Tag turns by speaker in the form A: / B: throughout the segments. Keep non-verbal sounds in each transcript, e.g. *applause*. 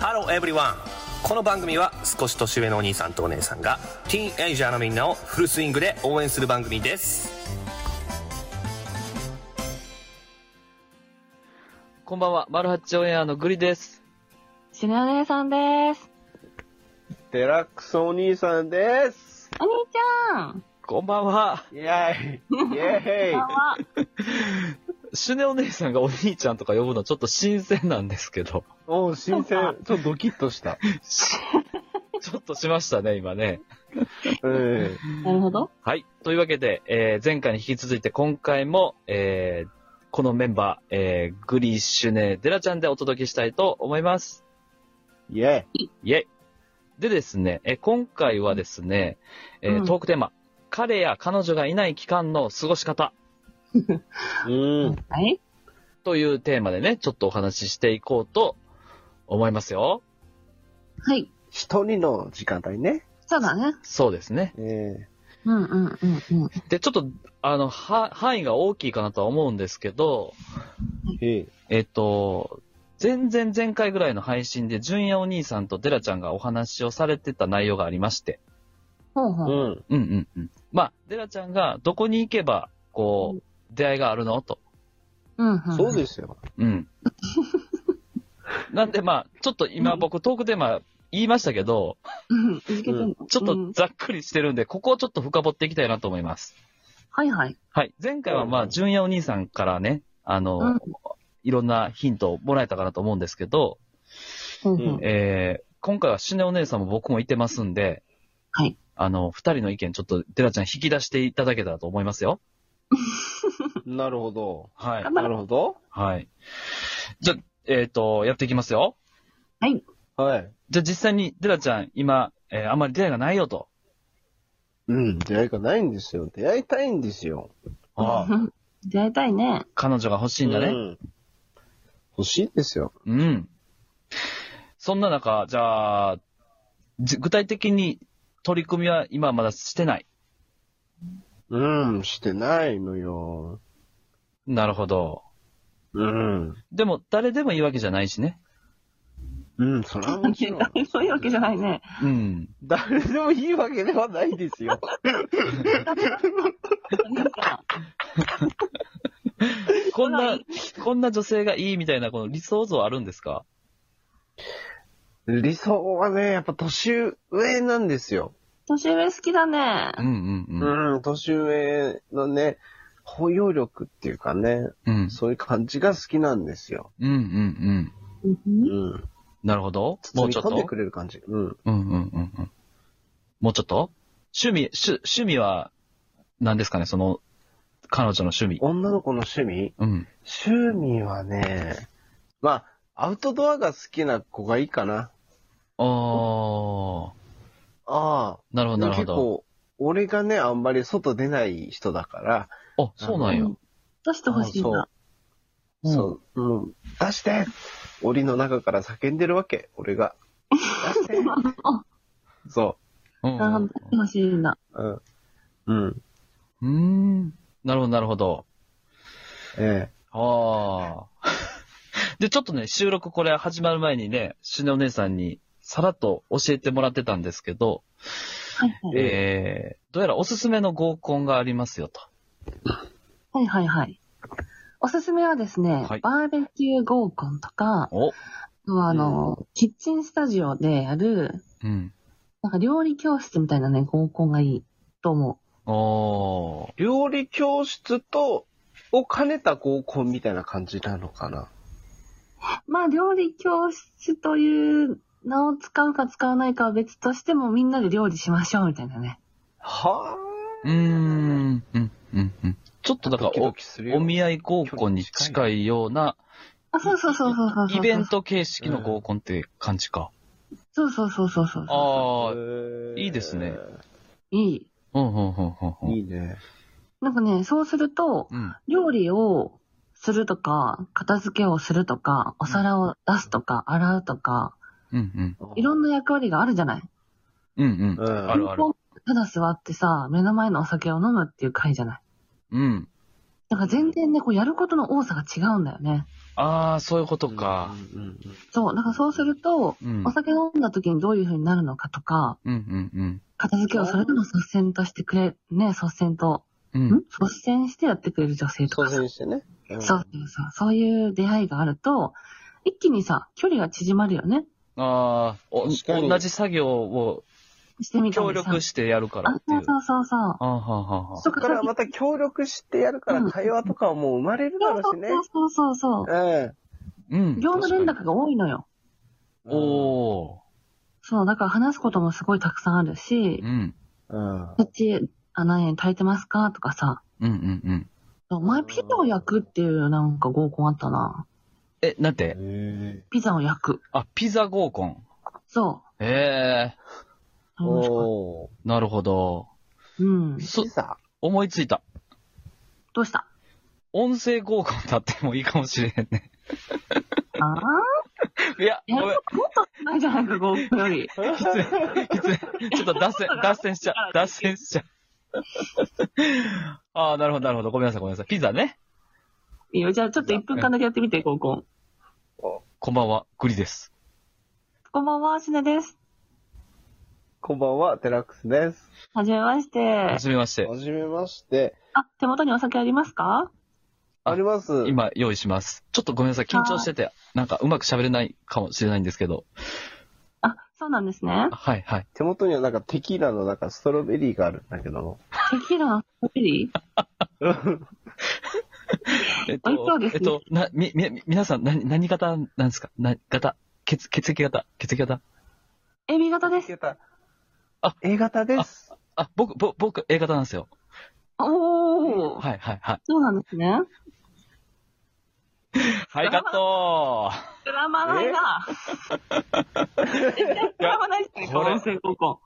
A: Hello everyone この番組は少し年上のお兄さんとお姉さんがティーンエイジャーのみんなをフルスイングで応援する番組です
B: こんばんは、マルハッチオンエアのグリです。
C: しなねさんです。
D: デラックスお兄さんです。
C: お兄ちゃん。
B: こんばんは。
D: イェーイ。イェ
C: こんばん
D: ーイ。
C: は。
B: シュネお姉さんがお兄ちゃんとか呼ぶのちょっと新鮮なんですけ *laughs* ど。
D: おう、新鮮。ちょっとドキッとした。
B: しちょっとしましたね、今ね。
D: うん。
C: なるほど。
B: はい。というわけで、えー前回に引き続いて今回も、えーこのメンバー、えーグリッシュネ、デラちゃんでお届けしたいと思います。
D: イェーイ。
B: イェイ。でですね、えー今回はですね、えー
C: うん
B: トークテーマ、彼や彼女がいない期間の過ごし方
D: うん。
C: はい。
B: というテーマでね、ちょっとお話ししていこうと思いますよ。
C: はい。
D: 一人の時間帯ね。
C: そうだね。
B: そうですね。
D: え
C: うんうんうんうん。
B: で、ちょっと、あの、は、範囲が大きいかなとは思うんですけど、
D: ええ
B: えっと、前々前回ぐらいの配信で、純也お兄さんとデラちゃんがお話をされてた内容がありまして、
C: ほうほ
D: え。うん。
C: う。
B: うんうんうん。まあ、デラちゃんがどこに行けば、こう、出会いがあるのと。
C: うんうん。
D: そうですよ。
B: うん。なんでまあ、ちょっと今僕トークテーマ言いましたけど、
C: うん。続けてんの
B: ちょっ
C: う
B: と
C: ん
B: ざっくりしてるんで、ここをちょっと深掘っていきたいなと思います。
C: はいはい。
B: はい。前回はまあ、純也お兄さんからね、あの、
C: うん
B: いろんなヒントをもらえたかなと思うんですけど、
C: うんうん。
B: えー、今回はシュネお姉さんも僕もいてますんで、
C: はい。
B: あの、二人の意見ちょっと、デラちゃん引き出していただけたらと思いますよ。
D: なるほど。
B: はい
C: 頑。張
D: なるほど。
B: はい。じゃ、えっ、と、やっていきますよ。
D: はい。
B: じゃ、実際にデラちゃん、今、えーあんまり出会いがないよと。
D: うん。出会いがないんですよ。出会いたいんですよ。
B: ああ、
C: うん出会いたいね。
B: 彼女が欲しいんだ
D: う
B: ね。
D: ん欲しいですよ。
B: うん。そんな中、じゃあ、じ具体的に取り組みは今まだしてない。
D: うん。してないのよ。
B: なるほど。
D: うん。
B: でも、誰でもいいわけじゃないしね。
D: うん。それはもちろん。
C: そういうわけじゃないね。
B: うん。
D: 誰でもいいわけではないですよ。
C: お兄ちゃ
B: こんな、こんな女性がいいみたいな、この理想像あるんですか
D: 理想はね、やっぱ年上なんですよ。
C: 年上好きだね。
B: うんうんうん。
D: うん、年上のね、包容力っていうかね、
B: うん。
D: そういう感じが好きなんですよ。
B: うんうんうん。
C: うん
D: うん。
B: なるほど。も
D: 包
B: う
D: み
B: ちょっ
D: 込ん
B: と
D: で。くれる感じ。うん。
B: うんうんうんうん。もうちょっと趣味、趣、趣味は、何ですかね、その、彼女の趣味。
D: 女の子の趣味
B: うん。
D: 趣味はね、まあ、アウトドアが好きな子がいいかな。
B: あー。
D: あ
B: なるほ
D: あ。
B: どなるほ
D: 結
B: ど。
D: 構、俺がね、あんまり外出ない人だから、
B: あ、そうなんや。
C: うん出してほしいな。
B: うん
D: そう、うん、出して檻の中から叫んでるわけ、俺が。出
C: *laughs*
D: してそ
B: うん
C: あー出してほしいな。
D: う。うん。うん。
B: うん。なるほどなるほど。
D: ええ。
B: ああ。 *laughs* で、ちょっとね、収録これ始まる前にね、しねお姉さんにさらっと教えてもらってたんですけど、
C: はいはい。
B: えー、どうやらおすすめの合コンがありますよと。
C: はいはいはい。おすすめはですね
B: はい、
C: バーベキュー合コンとか、
B: お
C: あとはあの、キッチンスタジオでやる、
B: うん。
C: なんか料理教室みたいなね、合コンがいいと思
B: おー。
D: 料理教室と、を兼ねた合コンみたいな感じなのかな。
C: う。まあ、料理教室という名を使うか使わないかは別としても、みんなで料理しましょうみたいなね。
D: は
B: うーん。うん、うん、うん。ちょっと
D: ぁ。
B: だから
D: ドキドキする
B: お、
D: よ
B: お見合い合コンに近いよう *laughs* な、
C: あ、そうそうそうそうそうそう。
B: イベン。ト形式の合コンって感じか。
C: そうそうそうそうそう。
B: あ
D: え
B: ー。
D: え
B: いいですね。
C: いい。
B: うん、うん、うん、うんうん。
D: いいね。
C: なんかね、そうすると、
B: うん。
C: 料理をするとか、片付けをするとか、お皿を出すとか、洗うとか、
B: うん、
C: いろんな役割があるじゃない。
B: うん。うん、うん。
D: うん
B: あるある。
C: ただ座ってさ、目の前のお酒を飲むっていう回じゃない。
B: うん。
C: だから全然ね、こうやることの多さが違うんだよね。
B: ああ、そういうことか。
D: うんうんうん
C: そう、だからそうすると、
B: うん。うん
C: お酒飲んだ時にどういう風になるのかとか、
B: うん
C: 片付けをそれでも率先としてくれ、ね、率先と、
B: うん。うん
C: ん率先してやってくれる女性と
D: 挑
C: かさ。
D: 戦してね。ん
C: そうそうそう。そういう出会いがあると、一気にさ、距離が縮まるよね。
B: ああ、お
D: 確かに
B: 同じ作業を
C: してみた
B: 協
C: りさ。
B: 力してやるから
C: あ
B: っ、てい
C: そうう。そうそうそう。
B: ああ、はあはあはあ。
D: そこからまた協力してやるから
C: うん
D: 会話とかはもう生まれるだろうしね。
C: そうそうそうそう。
D: うん。
B: うん。
C: 業務連絡が多いのよ。
B: おお。
C: そう、だから話すこともすごいたくさんあるし
B: う、ん。
D: うん。
C: そっち、あ、何円炊いてますかとかさ。
B: うんうんうん。
C: 前、ピザを焼くっていうなんか合コンあったな。
B: え、なんて
D: へ
C: ピザを焼く。
B: あ、ピザ合コン。
C: そ
B: ええ
C: う。楽しかっ
D: お
B: ー。なるほど。
C: たうん
D: ー。。
B: そ
D: ピザ
B: 思いついた。
C: どうした
B: 音声合コンだってもいいかもしれんね。 *laughs*
C: ああ
B: いや、
C: いや、
B: ご
C: も
B: め
C: っ
B: ん。
C: とないじゃないか、合コンより。
B: 失礼。失礼。ちょっと脱線、脱線しちゃう。脱線しちゃう。 *laughs* ああ、なるほど、なるほど。ごめんなさい、ごめんなさい。ピザね。
C: いいよ、じゃあちょっと1分間だけやってみて、合コン。
B: こんばんは、グリです。
C: こんばんは、しねです。
D: こんばんは、テラックスです。
C: はじめまして
B: は。じめまして。
D: はじめまして。
C: あ、手元にお酒ありますか
B: あ
D: あります。
B: 今、用意します。ちょっとごめんなさい、緊張してて、なんかうまく喋れないかもしれないんですけど。
C: あ、そうなんですね。
B: はい、はい。
D: 手元にはなんかテキーラのなんかストロベリーがあるんだけ
B: *laughs*
D: ど。
C: テキーラのストロベリー
B: えっ
C: 美味しそうです
B: え
C: ね
B: っと、な、み、み、皆さん、な、何型なんですかな、型血、血液型血液型
C: ?AB 型です。
B: あ
D: A 型です。
B: あ、僕、ぼ僕、A 型なんですよ。
C: おー。
B: はい、はい、はい。
C: そうなんですね。
B: はい、カット
C: ドラマないな。ドラマないじゃない
B: *laughs*
C: か、
B: これ
C: 音声高校。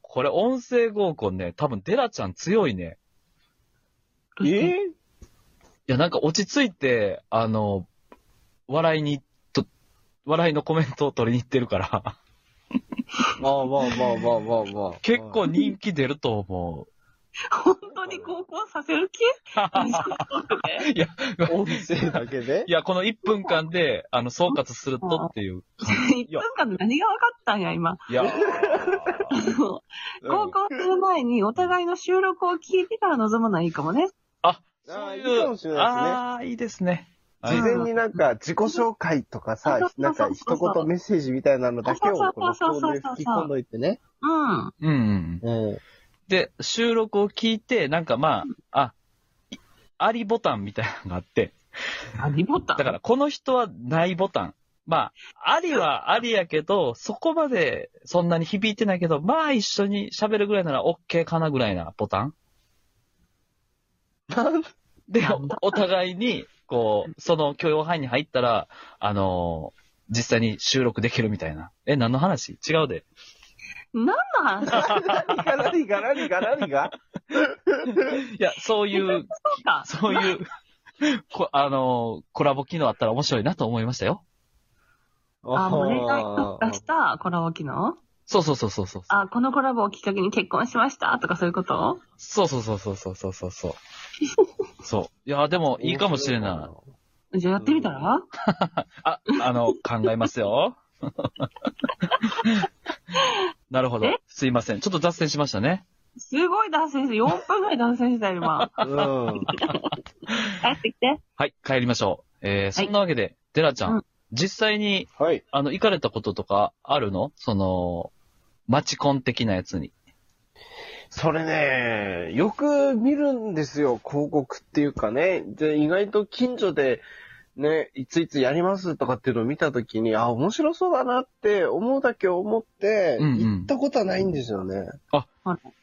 B: これ、音声合コンね、多分、デラちゃん強いね。
C: どうして
B: いや、なんか落ち着いて、あの、笑いに、と、笑いのコメントを取りに行ってるから、
D: まあまあまあまあまあまあ。
B: 結構人気出ると思
C: 本当に高校させる気大丈夫 *laughs*
B: う。 *laughs* いや、
D: 音声だけで
B: いや、この1分間で、あの、総括するとっていう。
C: ?1 分間で何が分かったんや、今。
B: いや、
C: 高校する前にお互いの収録を聞いてから臨むのはいいかもね。
D: *laughs* ああ、いいかもしれない
B: ああ、いいですね。
D: ですね。事前になんか自己紹介とかさ
C: あそうそう、
D: なんか一言メッセージみたいなのだけをこの
C: そうそうそ
D: 表
C: うそう
D: で吹き込んどいてね。
C: うん。
B: うんうん。
D: うん。
B: で、収録を聞いて、なんかまあ、あ、いありボタンみたいなのがあって、
C: 何ボタン
B: だからこの人はないボタン。まあ、ありはありやけど、そこまでそんなに響いてないけど、まあ一緒に喋るぐらいなら OK かなぐらいなボタン。で、おお互いに、こう、その許容範囲に入ったら、あのー実際に収録できるみたいな。え、何の話違うで。
C: 何の話か
D: 何が何が何が何が
B: いや、そういう、 *laughs* そういう、こあのーコラボ機能あったら面白いなと思いましたよ。
C: あ、もう恋愛特化したコラボ機能
B: そうそうそうそうそう。
C: あ、このコラボをきっかけに結婚しましたとかそういうこと
B: そうそうそうそうそうそうそうそう。そう。いや、でもいいかもしれない。
C: じゃあやってみたら
B: あ、あの、考えますよ。 *laughs* なるほど
C: え。
B: すいません。ちょっと脱線しましたね。
C: すごい男性して、4分ぐらい男性してたよ、
B: *laughs*
C: 今。
D: うん。うん。
C: 帰ってきて。
B: はい、帰りましょう。えー、そんなわけで、デラちゃん、
C: うん
B: 実際に、
D: はい。
B: あの、行かれたこととかあるのその、マチコン的なやつに。
D: それね、よく見るんですよ、広告っていうかね。で、意外と近所で、ね、いついつやりますとかっていうのを見たときに、あ、面白そうだなって思うだけ思って、
B: うんうん
D: 行ったことはないんですよね。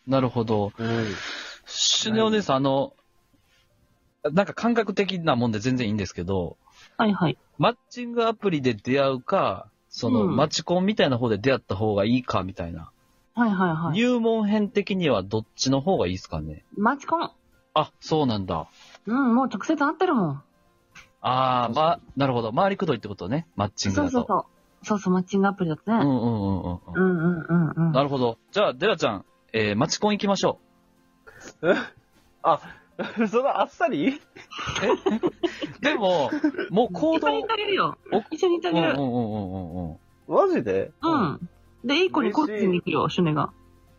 B: なるほど。
D: うん。
B: シュネお姉さん、あの、なんか感覚的なもんで全然いいんですけど、
C: はいはい。
B: マッチングアプリで出会うか、その、
C: うん
B: マチコンみたいな方で出会った方がいいかみたいな。
C: はいはいはい。
B: 入門編的にはどっちの方がいいですかね。
C: マチコン。
B: あ、そうなんだ。
C: うん、もう直接会ってるもん。
B: ああ、ま、なるほど。周りくどいってことね。マッチング
C: そ
B: だ
C: うそう
B: と。
C: そう。そうそう、マッチングアプリだと
B: うん
C: ね。
B: うんうんうんうん
C: う。んうんうんうん。
B: なるほど。じゃあ、デラちゃん、えー、マチコン行きましょ
D: あ、そのあっさり
B: で *laughs* も、もう行
C: 一緒
B: 動、
C: に食べるよ
B: お。
C: 一緒に食
B: うんう
C: べ
B: んう
C: る。
B: んうんうんうん。
D: マジで
C: うん。で、いい子にこっちに行くよ、シュネが。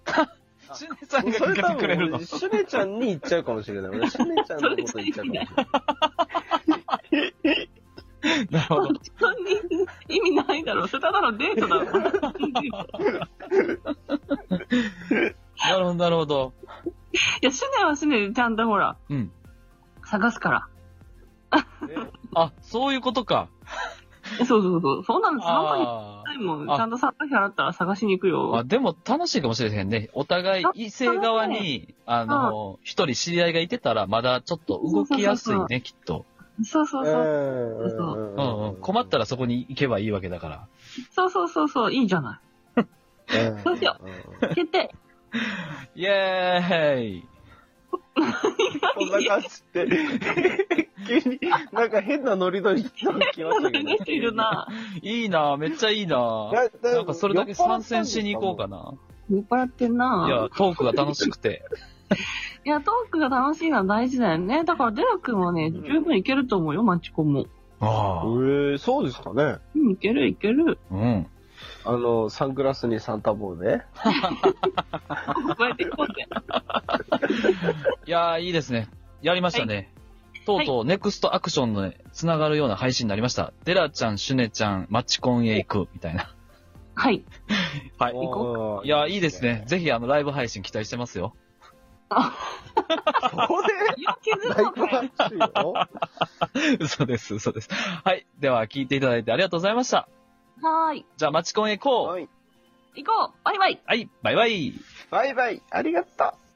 C: *laughs*
B: しねさんが
D: それ
B: 聞
D: 多
B: かせてくれるの
D: 分、。シュネちゃんに言っちゃうかもしれない。俺シュネちゃんのこと言っちゃうかもしれない。
B: *laughs* なるほど。
C: そんなに意味ないだろ。それただのデートだろ。 *laughs* い
B: なるほど、なるほど。
C: や、シュネはシュネでちゃんとほら、
B: うん。
C: 探すから。
B: あ、そういうことか。
C: そうそうそう。そんなの3万円
B: あ
C: ないもん。ち
B: あ
C: ゃんと探し払ったら探しに行く
B: ーあ。
C: よ。
B: でも楽しいかもしれへんね。お互い異性側に、あの、一人知り合いがいてたら、まだちょっと動きやすいね、きっと。
C: そうそう
D: う
C: そう。
D: んうんうん
B: う
D: ん
B: う
D: うんん。
B: 困ったらそこに行けばいいわけだから。
C: そうそうそうそう。いいじゃな
D: うん
C: どうしよい。決定。
B: イェーイ
D: こんな感じって、急になんか変なノリノリ来ましたけ
C: 探しているな。
B: いいなぁめっちゃいいなぁ
D: ど。
B: なんかそれだけ参戦しに行こうかな。
C: 酔っ払ってんない
B: や、トークが楽しくて。
C: いや、トークが楽しいのは大事だよね。だから、デラ君はね、
D: うん
C: 十分いけると思うよ、マチコンも。
B: あ
D: えー、そうですかね。
C: うん、いける、いける。
B: あ。うん。
D: あの、サングラスにサンタ帽で。
C: こうやってこうぜ。
B: いやーいいですね。やりましたね。とうとう、ネクストアクションのつながるような配信になりました。デラちゃん、シュネちゃん、マチコンへ行く、みたいな。
C: はい。
B: はい。
D: 行こ
B: いやーいいですね。。ぜひ、あの、ライブ配信期待してますよ。 *laughs*
D: そこで
C: よ気づ
D: 大
C: こうか
D: 根熱いよ。
B: 嘘です、嘘です。はい。では、聞いていただいてありがとうございました。
C: はーい。
B: じゃあ、マチコンへ行こう。
D: はい。
C: 行こうバイバイ
B: はい、バイバイ。
D: バイバイ。ありがとう。